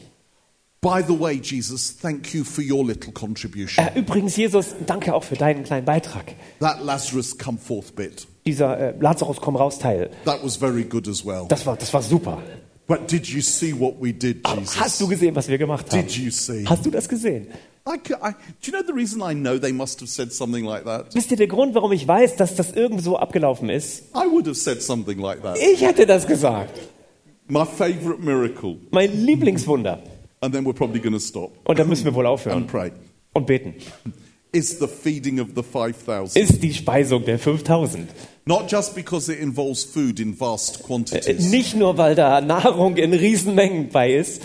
By the way, Jesus, thank you for your little contribution.
Äh, übrigens, Jesus, danke auch für deinen kleinen Beitrag.
That Lazarus come forth bit,
Dieser äh, Lazarus komm raus Teil,
that was very good as well.
das war, das war super.
But did you see what we did,
Aber Hast du
Jesus?
gesehen, was wir gemacht haben?
Did you see?
Hast du das gesehen?
I cou- I- do you know the reason I know they must have said something like that?
Wisst ihr der Grund, warum ich weiß, dass das irgendwo so abgelaufen ist?
I would have said something like that.
Ich hätte das gesagt.
My favorite miracle.
Mein Lieblingswunder.
And then we're probably going to stop
Und da müssen wir wohl
and
aufhören
pray.
und beten.
Is the feeding of the 5,000.
Ist die Speisung der 5000.
Not just because it involves food in vast
Äh,
quantities,
Nicht nur, weil da Nahrung in Riesenmengen bei ist,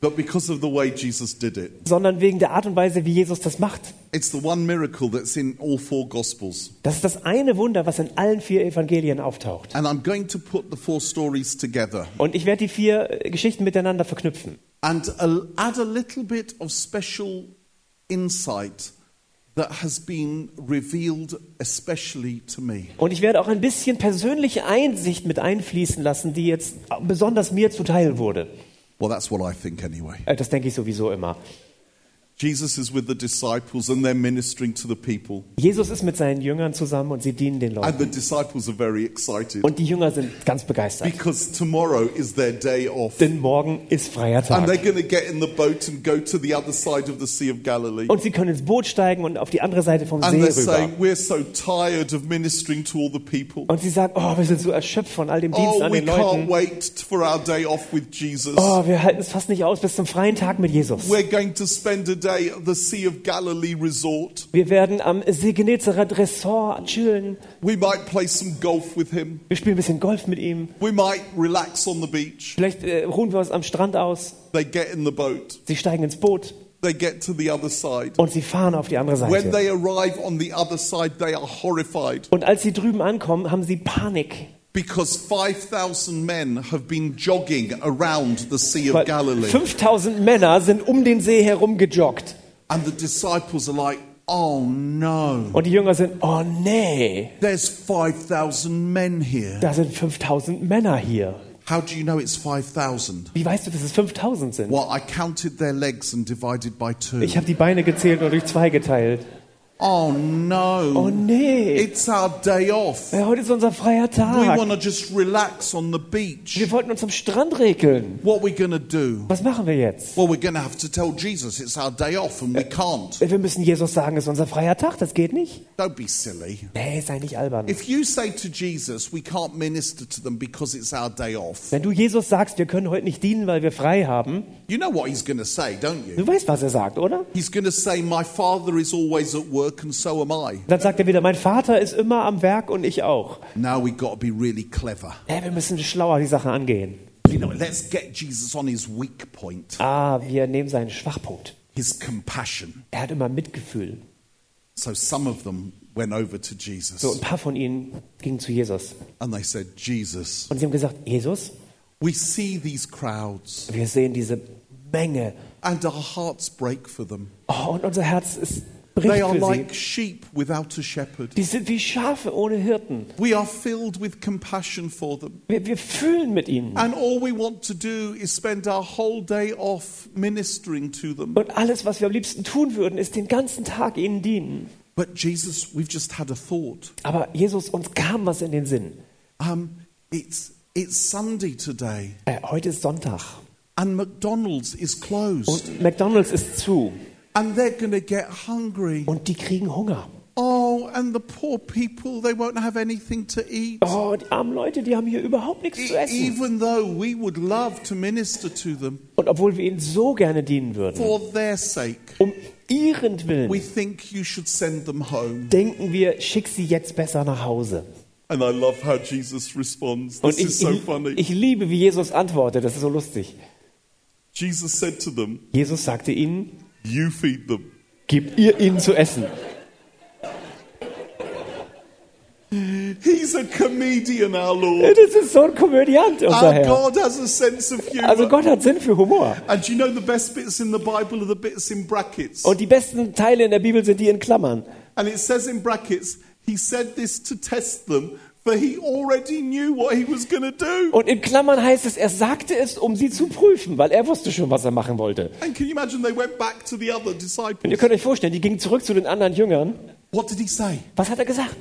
but because of the way Jesus did it.
sondern wegen der Art und Weise, wie Jesus das macht.
It's the one miracle that's in all four Gospels.
Das ist das eine Wunder, was in allen vier Evangelien auftaucht.
And I'm going to put the four stories together
Und ich werde die vier äh, Geschichten miteinander verknüpfen.
and a, add a little bit of special insight that has been revealed especially to me.
Und ich werde auch ein bisschen persönliche Einsicht mit einfließen lassen, die jetzt besonders mir zuteil wurde.
Well, that's what I think anyway.
Äh, Das denke ich sowieso immer.
Jesus is with the disciples and they're ministering to the people.
Jesus ist mit seinen Jüngern zusammen und sie dienen den
And
Leuten.
the disciples are very excited
Und die Jünger sind ganz begeistert.
because tomorrow is their day off.
Denn morgen ist freier
And they're
Tag.
going to get in the boat and go to the other side of the Sea of Galilee.
Und sie können ins Boot steigen und auf die andere Seite vom See
And they're
rüber.
saying, We're so tired of ministering to all the people.
Und sie sagen, oh, wir sind so erschöpft von all dem Dienst
Oh,
an
we
den
can't
Leuten.
wait for our day off with Jesus.
Oh, wir halten es fast nicht aus bis zum freien Tag mit Jesus.
We're going to spend a day at the Sea of Galilee resort.
Wir werden am See Genezareth Ressort chillen.
We might play some golf with him.
Wir spielen ein bisschen Golf mit ihm.
We might relax on the beach.
Vielleicht äh, ruhen wir uns am Strand aus.
They get in the boat.
Sie steigen ins Boot
They get to the other side.
und sie fahren auf die andere
When
Seite.
they arrive on the other side, they are horrified
Und als sie drüben ankommen, haben sie Panik,
because 5,000 men have been jogging around the Sea of
Weil
Galilee.
5000 Männer sind um den See herum gejoggt.
And the disciples are like, oh no,
Und die Jünger sind, oh nee,
there's 5,000 men here.
da sind 5000 Männer hier.
How do you know it's 5,000?
Wie weißt du, dass es 5000 sind?
Well, I counted their legs and divided by two.
Ich habe die Beine gezählt und durch zwei geteilt.
Oh no.
Oh nee,
It's our day off.
ja, heute ist unser freier
We
Tag.
want to just relax on the beach.
Wir wollten uns am Strand regeln.
What are we going to do?
Was machen wir jetzt?
Well, we're going to have to tell Jesus it's our day off and we can't.
Wir müssen Jesus sagen, es ist unser freier Tag, das geht nicht.
Don't be silly.
Nee, sei nicht albern.
If you say to Jesus, we can't minister to them because it's our day off,
Wenn du Jesus sagst, wir können heute nicht dienen, weil wir frei haben,
you know what he's going to say, don't you?
du weißt, was er sagt, oder?
He's going to say, My father is always at work and so am I.
Dann sagt er wieder, mein Vater ist immer am Werk und ich auch.
Now we've got to be really clever.
Hey, wir müssen schlauer die Sache angehen.
You know, let's get Jesus on his weak point,
Ah, wir nehmen seinen Schwachpunkt.
his compassion.
Er hat immer Mitgefühl.
So some of them went over to Jesus
So ein paar von ihnen gingen zu Jesus
and they said, Jesus,
und sie haben gesagt, Jesus,
we see these crowds
wir sehen diese Menge
and our hearts break for them.
oh, und unser Herz ist bricht
They are
für
like
sie.
sheep without a shepherd.
Die sind wie Schafe ohne Hirten.
We are filled with compassion for them.
Wir, wir fühlen mit ihnen.
And all we want to do is spend our whole day off ministering to them.
Und alles, was wir am liebsten tun würden, ist den ganzen Tag ihnen dienen.
But Jesus, we've just had a thought.
Aber Jesus, uns kam was in den Sinn.
Um, it's, it's Sunday today,
Äh, heute ist Sonntag
and McDonald's is closed,
und McDonald's ist zu
and they're going to get hungry.
und die kriegen Hunger.
Oh, and the poor people, they won't have anything to eat.
Oh, die armen Leute, die haben hier überhaupt nichts zu
E-
essen.
Even though we would love to minister to them
Und obwohl wir ihnen so gerne dienen würden,
for their sake,
um ihren
we
Willen,
think you should send them home.
denken wir, schick sie jetzt besser nach Hause.
And I love how Jesus responds.
Und
This is
ich,
so
ich,
funny.
ich liebe, wie Jesus antwortet, das ist so lustig.
Jesus said to them,
Jesus sagte ihnen,
You feed them.
gebt ihr ihnen zu essen.
a comedian, our Lord.
Das ist so ein Komödiant, unser
Our
Herr.
God has a sense of humor.
Also Gott hat Sinn für Humor.
And you know the best bits in the Bible are the bits in brackets.
Und die besten Teile in der Bibel sind die in Klammern.
And it says in brackets, he said this to test them, for he already knew what he was going to do.
Und in Klammern heißt es, er sagte es, um sie zu prüfen, weil er wusste schon, was er machen wollte.
And can you imagine they went back to the other
Und ihr
disciples?
könnt euch vorstellen, die gingen zurück zu den anderen Jüngern.
What did he say?
Was hat er gesagt?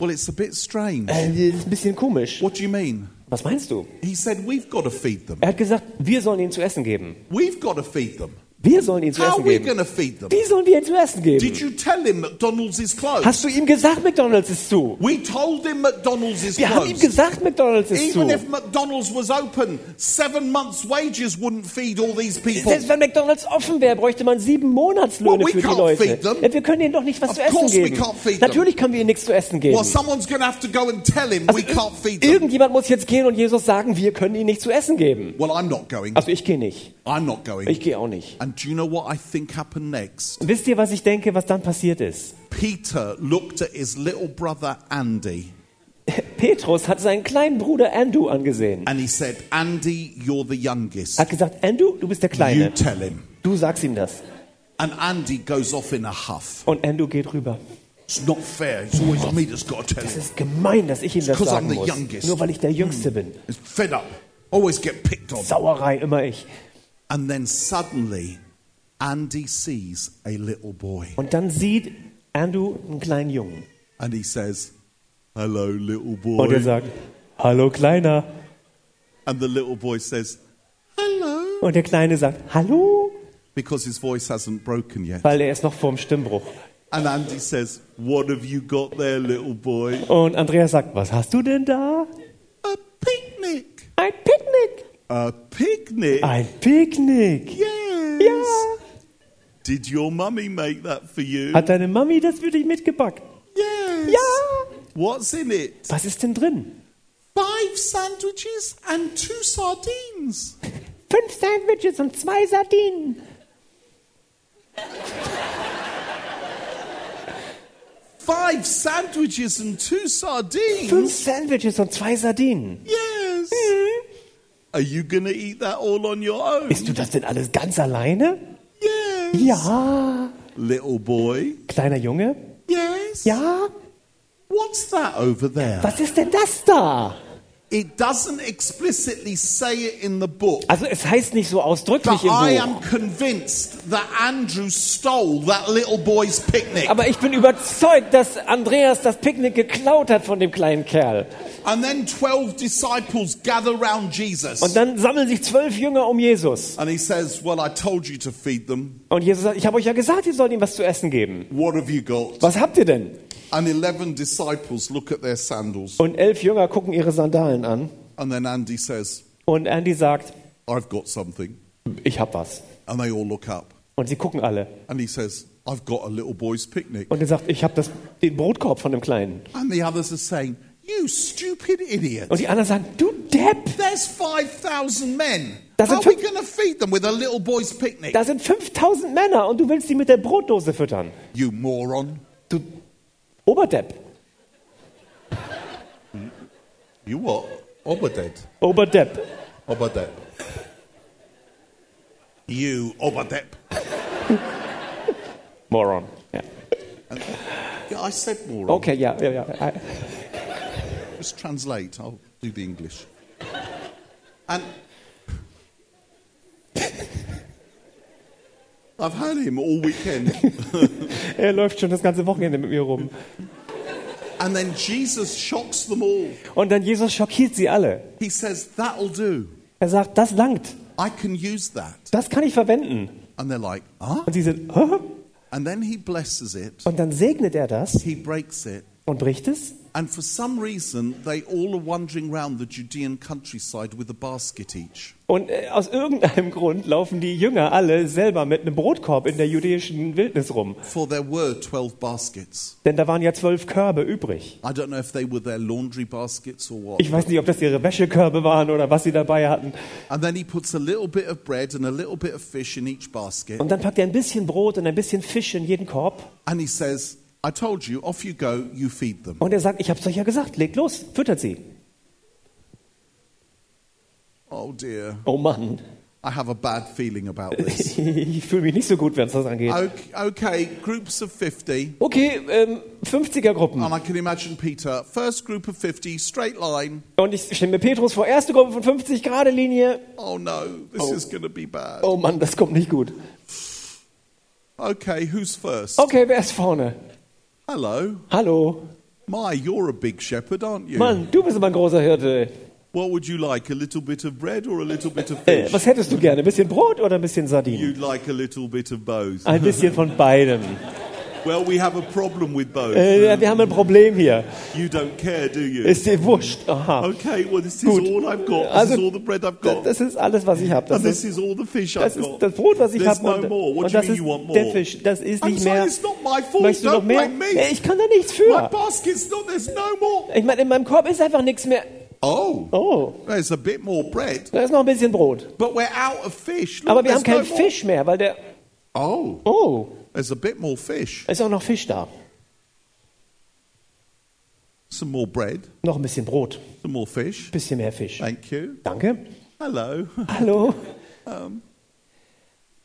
Well, it's a bit strange.
Äh, das ist ein bisschen komisch.
What do you mean?
Was meinst du?
He said, We've got to feed them.
Er hat gesagt, wir sollen ihnen zu essen geben.
We've got to feed them.
Wir sollen ihnen zu
How are
essen
we
geben.
going to feed them?
Wie sollen wir ihnen zu essen geben?
Did you tell him McDonald's is closed?
Hast du ihm gesagt, McDonalds ist zu?
We told him McDonald's is
Wir haben ihm
closed.
gesagt, McDonalds ist zu.
Even if McDonald's was open, seven months' wages wouldn't feed all these people.
Selbst wenn McDonalds offen wäre, bräuchte man sieben Monatslöhne
Well, we
für die
can't
Leute.
feed them.
Ja, wir können ihnen doch nicht was
Of
zu essen
course we
geben.
can't feed them.
Natürlich können wir ihnen nichts zu essen geben.
Well, someone's going to have to go and tell him we can't feed them.
Irgendjemand muss jetzt gehen und Jesus sagen, wir können ihnen nicht zu essen geben.
Well, I'm not going.
Also ich gehe nicht.
I'm not going.
Ich gehe auch nicht.
And do you know what I think happened next?
Wisst ihr, was ich denke, was dann passiert ist?
Peter looked at his little brother Andy
Petrus hat seinen kleinen Bruder Andrew angesehen.
and he said, Andy, you're the youngest.
Hat gesagt, Andrew, du bist der
You
Kleine.
tell him.
Du sagst ihm das.
And Andy goes off in a huff.
Und Andrew geht rüber.
It's not fair. It's always me that's got to tell
Es
him.
ist gemein, dass ich ihm das
'Cause I'm
sagen
the
muss.
youngest.
Nur weil ich der Jüngste bin.
It's fed up. Always get picked on.
Sauerei, immer ich.
And then suddenly, Andy sees a little boy
Und dann sieht Andrew einen kleinen Jungen.
and he says, Hello, little
Und er
boy.
sagt, hallo Kleiner.
And the little boy says, Hello.
Und der Kleine sagt, hallo.
Because his voice hasn't broken yet.
Weil er ist noch vorm Stimmbruch.
And Andy says, What have you got there, little boy?
Und Andreas sagt, was hast du denn da?
A picnic.
Ein Picknick.
A picnic?
Ein Picknick.
yes. Did your mummy make that for you?
Hat deine Mami das für dich mitgepackt?
yes. What's in it?
Was ist denn drin?
Five sandwiches and two sardines.
Fünf Sandwiches und zwei Sardinen.
Five sandwiches and two
Fünf
sardines?
Sandwiches und zwei Sardinen.
Yes.
Mhm.
Are you going to eat that all on your own?
Isst du das denn alles ganz alleine?
Yes.
Ja.
Little boy?
Kleiner Junge?
Yes.
Ja.
What's that over there?
Was ist denn das da?
It doesn't explicitly say it in the book,
Also es heißt nicht so ausdrücklich
but
im
I
Buch.
am convinced that Andrew stole that little boy's picnic.
Aber ich bin überzeugt, dass Andreas das Picknick geklaut hat von dem kleinen Kerl.
And then 12 disciples gather round Jesus.
Und dann sammeln sich zwölf Jünger um Jesus.
And he says, Well, I told you to feed them.
Und Jesus sagt, ich habe euch ja gesagt, ihr sollt ihm was zu essen geben.
What have you got?
Was habt ihr denn?
And 11 disciples look at their sandals.
Und elf Jünger gucken ihre Sandalen an.
And then Andy says,
Und Andy sagt,
I've got something.
ich hab was.
And they all look up.
Und sie gucken alle.
And he says, I've got a little boy's picnic.
Und er sagt, ich hab das, den Brotkorb von dem Kleinen.
And the others are saying, You stupid idiot.
Und die anderen sagen, du Depp,
There's 5,000 men.
Das
How are
sind
we
fünf-
going to feed them with a little boy's picnic?
da sind 5000 Männer und du willst die mit der Brotdose füttern.
You moron.
Du Oberdepp.
You what? Obaded.
Oberdepp.
Obadep. You Obadep.
Moron. Ja.
Yeah, I said moron.
Okay, ja, ja, ja.
Just translate. I'll do the English. And I've had him all weekend.
Er läuft schon das ganze Wochenende mit mir rum.
and then Jesus shocks them all.
Und dann Jesus schockiert sie alle.
He says, That'll do.
Er sagt, das langt.
I can use that.
Das kann ich verwenden.
And they're like, Huh?
Und sie sind, Hä?
And then he blesses it.
und dann segnet er das
He breaks it.
und bricht es.
And for some reason, they all are wandering round the Judean countryside with a basket each.
Und äh, aus irgendeinem Grund laufen die Jünger alle selber mit einem Brotkorb in der jüdischen Wildnis rum.
For there were 12 baskets.
Denn da waren ja zwölf Körbe übrig.
I don't know if they were their laundry baskets or what.
Ich weiß nicht, ob das ihre Wäschekörbe waren oder was sie dabei hatten.
And then he puts a little bit of bread and a little bit of fish in each basket.
Und dann packt er ein bisschen Brot und ein bisschen Fisch in jeden Korb.
And he says, I told you, off you go, you feed them.
Und er sagt, ich habe es euch ja gesagt, legt los, füttert sie.
Oh dear,
Oh Mann,
I have a bad feeling about this.
ich fühle mich nicht so gut, wenn es das angeht.
okay, okay, groups of 50.
Okay, ähm, 50er-Gruppen.
And I can imagine Peter, first group of 50, straight line.
Und ich stelle mir Petrus vor, erste Gruppe von 50, gerade Linie.
Oh no, this is going to be bad.
Oh Mann, das kommt nicht gut.
Okay, who's first?
Okay, wer ist vorne?
Hello.
Hallo.
My, you're a big shepherd, aren't you?
Mann, du bist aber ein großer Hirte.
What would you like, a little bit of bread or a little bit of
Äh,
fish?
was hättest du gerne? Ein bisschen Brot oder ein bisschen Sardinen?
You'd like a little bit of both.
Ein bisschen von beidem.
Well, we have a problem with both.
Äh, wir haben ein Problem hier.
you don't care, do you?
Ist dir wurscht. Aha.
Okay, well, this is
Gut.
all I've got. This is all the bread I've
das,
got.
das ist alles, was ich habe. Das,
and this
ist-
is all the fish
das
I've
ist
got.
das Brot, was ich
There's
habe.
no
Und,
more. What
und
do you
das
mean
ist
you want more?
der Fisch. Das ist
I'm
nicht
sorry,
mehr.
it's not my fault.
Möchtest du
Don't
noch mehr?
blame me.
Äh, Ich kann da nichts
My
für.
basket's not, there's no more.
Ich meine, in meinem Korb ist einfach nichts mehr.
Oh,
Oh,
there's a bit more bread.
da ist noch ein bisschen Brot.
But we're out of fish. Look,
Aber wir
there's
haben keinen
no more.
Fisch mehr, weil der.
Oh,
Oh,
there's a bit more fish.
ist auch noch Fisch da.
Some more bread.
Noch ein bisschen Brot.
Some more fish.
Bisschen mehr Fisch.
Thank you.
Danke.
Hello.
Hallo.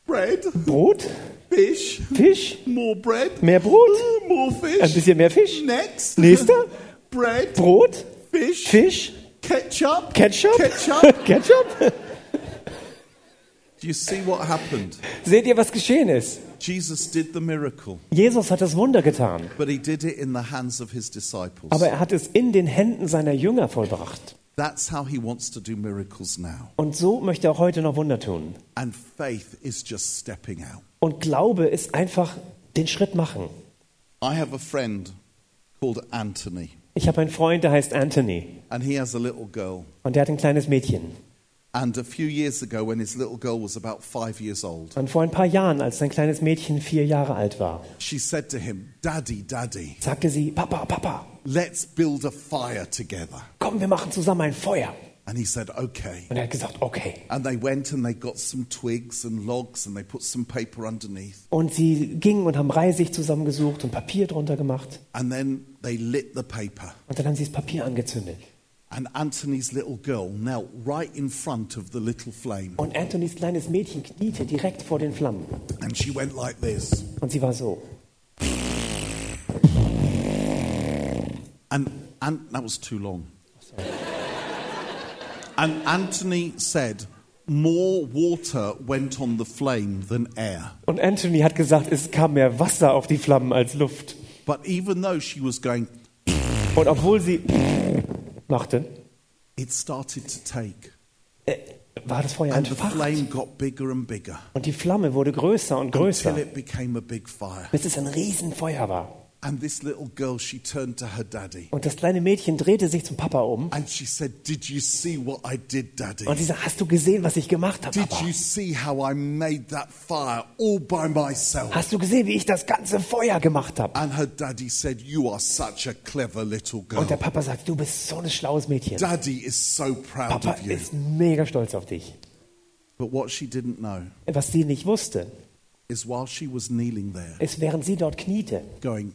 Bread.
Brot?
Fish.
Fish?
More bread.
Mehr Brot?
Ooh, More fish.
Ein bisschen mehr Fisch?
Next.
Nächster?
Bread.
Brot?
Fish.
Fish?
Ketchup.
Ketchup?
Ketchup.
Ketchup?
Do you see what happened?
Seht ihr, was geschehen ist?
Jesus did the miracle,
Jesus hat das Wunder getan,
but he did it in the hands of his disciples.
aber er hat es in den Händen seiner Jünger vollbracht.
That's how he wants to do miracles now.
Und so möchte er auch heute noch Wunder tun.
And faith is just stepping out.
Und Glaube ist einfach den Schritt machen.
I have a friend called Anthony,
Ich habe einen Freund, der heißt Anthony
and he has a little girl.
und der hat ein kleines Mädchen.
And a few years ago, when his little girl was about five years old,
Und vor ein paar Jahren, als sein kleines Mädchen vier Jahre alt war,
she said to him, Daddy, Daddy,
sagte sie, Papa, Papa,
let's build a fire together.
komm, wir machen zusammen ein Feuer.
And he said, Okay.
Und er hat gesagt, okay.
And they went and they got some twigs and logs and they put some paper underneath.
Und sie gingen und haben Reisig zusammengesucht und Papier drunter gemacht.
And then they lit the paper.
Und dann haben sie das Papier angezündet.
And Anthony's little girl knelt right in front of the little flame.
Und Anthonys kleines Mädchen kniete direkt vor den Flammen.
And she went like this.
Und sie war so.
And, and that was too long. And Anthony said, More water went on the flame than air.
Und Anthony hat gesagt, es kam mehr Wasser auf die Flammen als Luft.
But even though she was going,
Und obwohl sie machte,
it started to take.
äh, war das Feuer
And the flame
entfacht.
got bigger and bigger
Und die Flamme wurde größer und
until
größer,
it became a big fire.
bis es ein Riesenfeuer war.
And this little girl, she turned to her daddy
Und das kleine Mädchen drehte sich zum Papa um
and she said, Did you see what I did, daddy?
und sie sagte, hast du gesehen, was ich gemacht habe,
Did
Papa?
you see how I made that fire all by myself?
Hast du gesehen, wie ich das ganze Feuer gemacht habe?
And her daddy said, You are such a clever little girl.
Und der Papa sagt, du bist so ein schlaues Mädchen.
Daddy is so proud
Papa
of you.
ist mega stolz auf dich.
But what she didn't know
Was sie nicht wusste,
is while she was kneeling there,
ist, während sie dort kniete
going,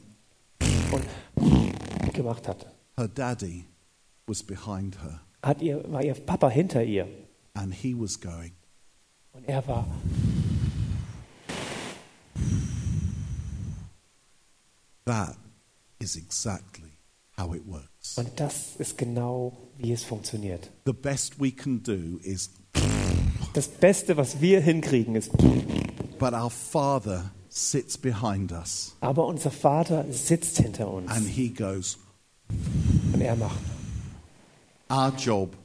und gemacht hat,
her daddy was behind her
hat ihr, war ihr Papa hinter ihr.
and he was going,
Und er war,
That is exactly how it works.
und das ist genau, wie es funktioniert.
The best we can do is,
Das Beste, was wir hinkriegen, ist,
but our father sits behind us
aber unser Vater sitzt hinter uns
and he goes,
und er macht.
Our job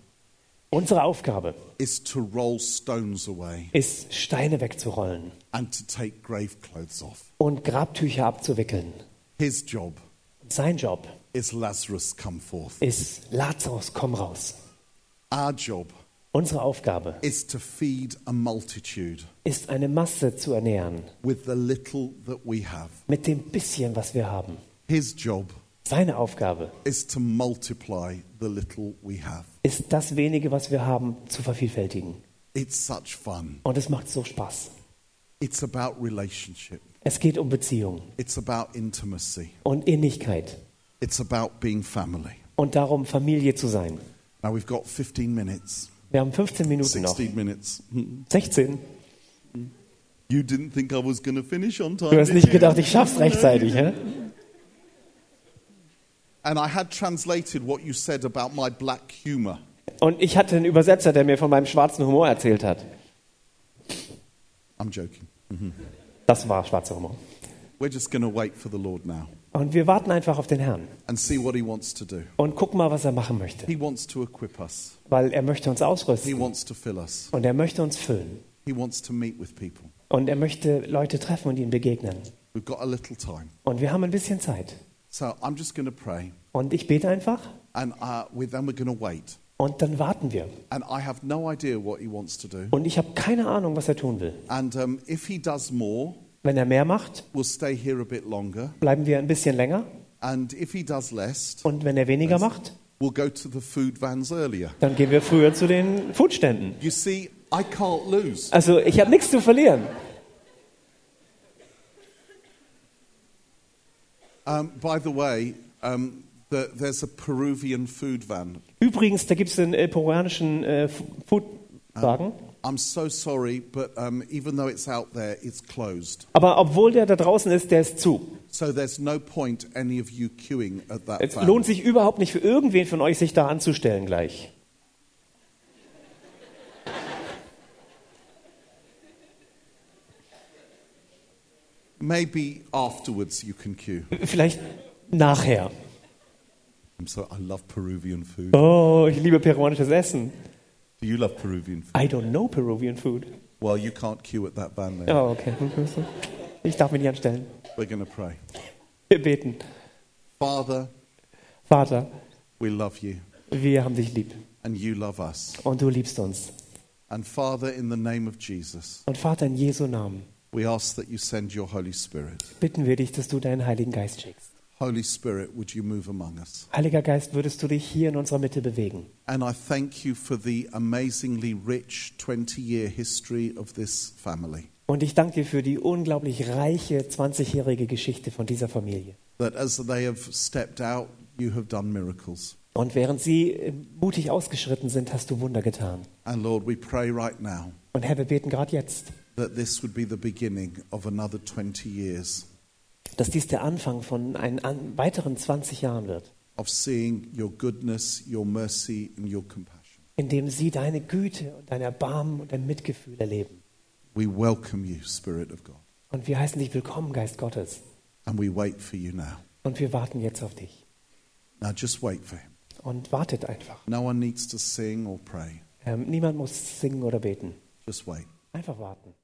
Unsere Aufgabe
is to roll stones away
ist, Steine wegzurollen
and to take grave clothes off.
und Grabtücher abzuwickeln.
His job
Sein Job
is Lazarus come forth.
ist, Lazarus, komm raus.
Our job
Unsere Aufgabe
is to feed a multitude
ist, eine Masse zu ernähren
with the little that we have.
mit dem bisschen, was wir haben.
His job
Seine Aufgabe
is to multiply the little we have.
ist, das wenige, was wir haben, zu vervielfältigen.
It's such fun.
Und es macht so Spaß.
It's about relationship.
Es geht um Beziehungen
It's about intimacy.
und Innigkeit
It's about being family.
und darum, Familie zu sein.
Now we've got 15 minutes,
Wir haben 15 Minuten noch.
16 minutes. Hmm.
16.
You didn't think I was going to finish on time.
Du hast
did
nicht
you?
gedacht, ich schaff's rechtzeitig. Hä?
And I had translated what you said about my black humor.
Und ich hatte einen Übersetzer, der mir von meinem schwarzen Humor erzählt hat.
I'm joking.
Das war schwarzer Humor.
We're just going to wait for the Lord now
Und wir warten einfach auf den Herrn
and see what he wants to do.
und gucken mal, was er machen möchte.
He wants to equip us.
Weil er möchte uns
He
ausrüsten
wants to fill us.
und er möchte uns füllen.
He wants to meet with people.
Und er möchte Leute treffen und ihnen begegnen.
We've got a little time.
Und wir haben ein bisschen Zeit.
So I'm just going to pray
Und ich bete einfach
and uh, we, then we're going to wait.
und dann warten wir.
And I have no idea what he wants to do.
Und ich habe keine Ahnung, was er tun will.
And um, if he does more,
Wenn er mehr macht,
we'll stay here a bit longer.
bleiben wir ein bisschen länger.
And if he does less,
Und wenn er weniger macht,
we'll go to the food vans earlier.
dann gehen wir früher zu den Foodständen.
You see, I can't lose.
Also ich habe nichts zu verlieren.
Um, by the way, um, the, there's a Peruvian food van.
Übrigens, da gibt es den äh, peruanischen äh, F- Foodwagen.
I'm so sorry, but um, even though it's out there, it's closed.
Aber obwohl der da draußen ist, der ist zu.
So there's no point any of you queuing at that
Es
van.
lohnt sich überhaupt nicht für irgendwen von euch, sich da anzustellen gleich.
Maybe afterwards you can queue.
Vielleicht nachher.
I'm sorry, I love Peruvian food.
Oh, ich liebe peruanisches Essen.
Do you love Peruvian food?
I don't know Peruvian food.
Well, you can't queue at that van then.
Oh, okay. Ich darf mich nicht anstellen.
We're going to pray.
Wir beten.
Father,
Vater,
we love you,
wir haben dich lieb
and you love us.
und du liebst uns.
And Father, in the name of Jesus,
Und Vater, in Jesu Namen
we ask that you send your Holy Spirit.
bitten wir dich, dass du deinen Heiligen Geist schickst.
Holy Spirit, would you move among us?
Heiliger Geist, würdest du dich hier in unserer Mitte bewegen?
And I thank you for the amazingly rich 20 year history of this family.
Und ich danke dir für die unglaublich reiche 20-jährige Geschichte von dieser Familie.
That as they have stepped out, you have done miracles.
Und während sie äh, mutig ausgeschritten sind, hast du Wunder getan.
And Lord, we pray right now
Und Herr, wir beten gerade jetzt,
that this would be the beginning of another 20 years
dass dies der Anfang von einen an weiteren 20 Jahren wird,
of seeing your goodness, your mercy, and your compassion.
in dem sie deine Güte und dein Erbarmen und dein Mitgefühl erleben.
We welcome you, Spirit of God,
Und wir heißen dich willkommen, Geist Gottes.
and we wait for you now.
Und wir warten jetzt auf dich.
Now just wait for him.
Und wartet einfach.
No one needs to sing or pray.
Ähm, niemand muss singen oder beten.
Just wait.
Einfach warten.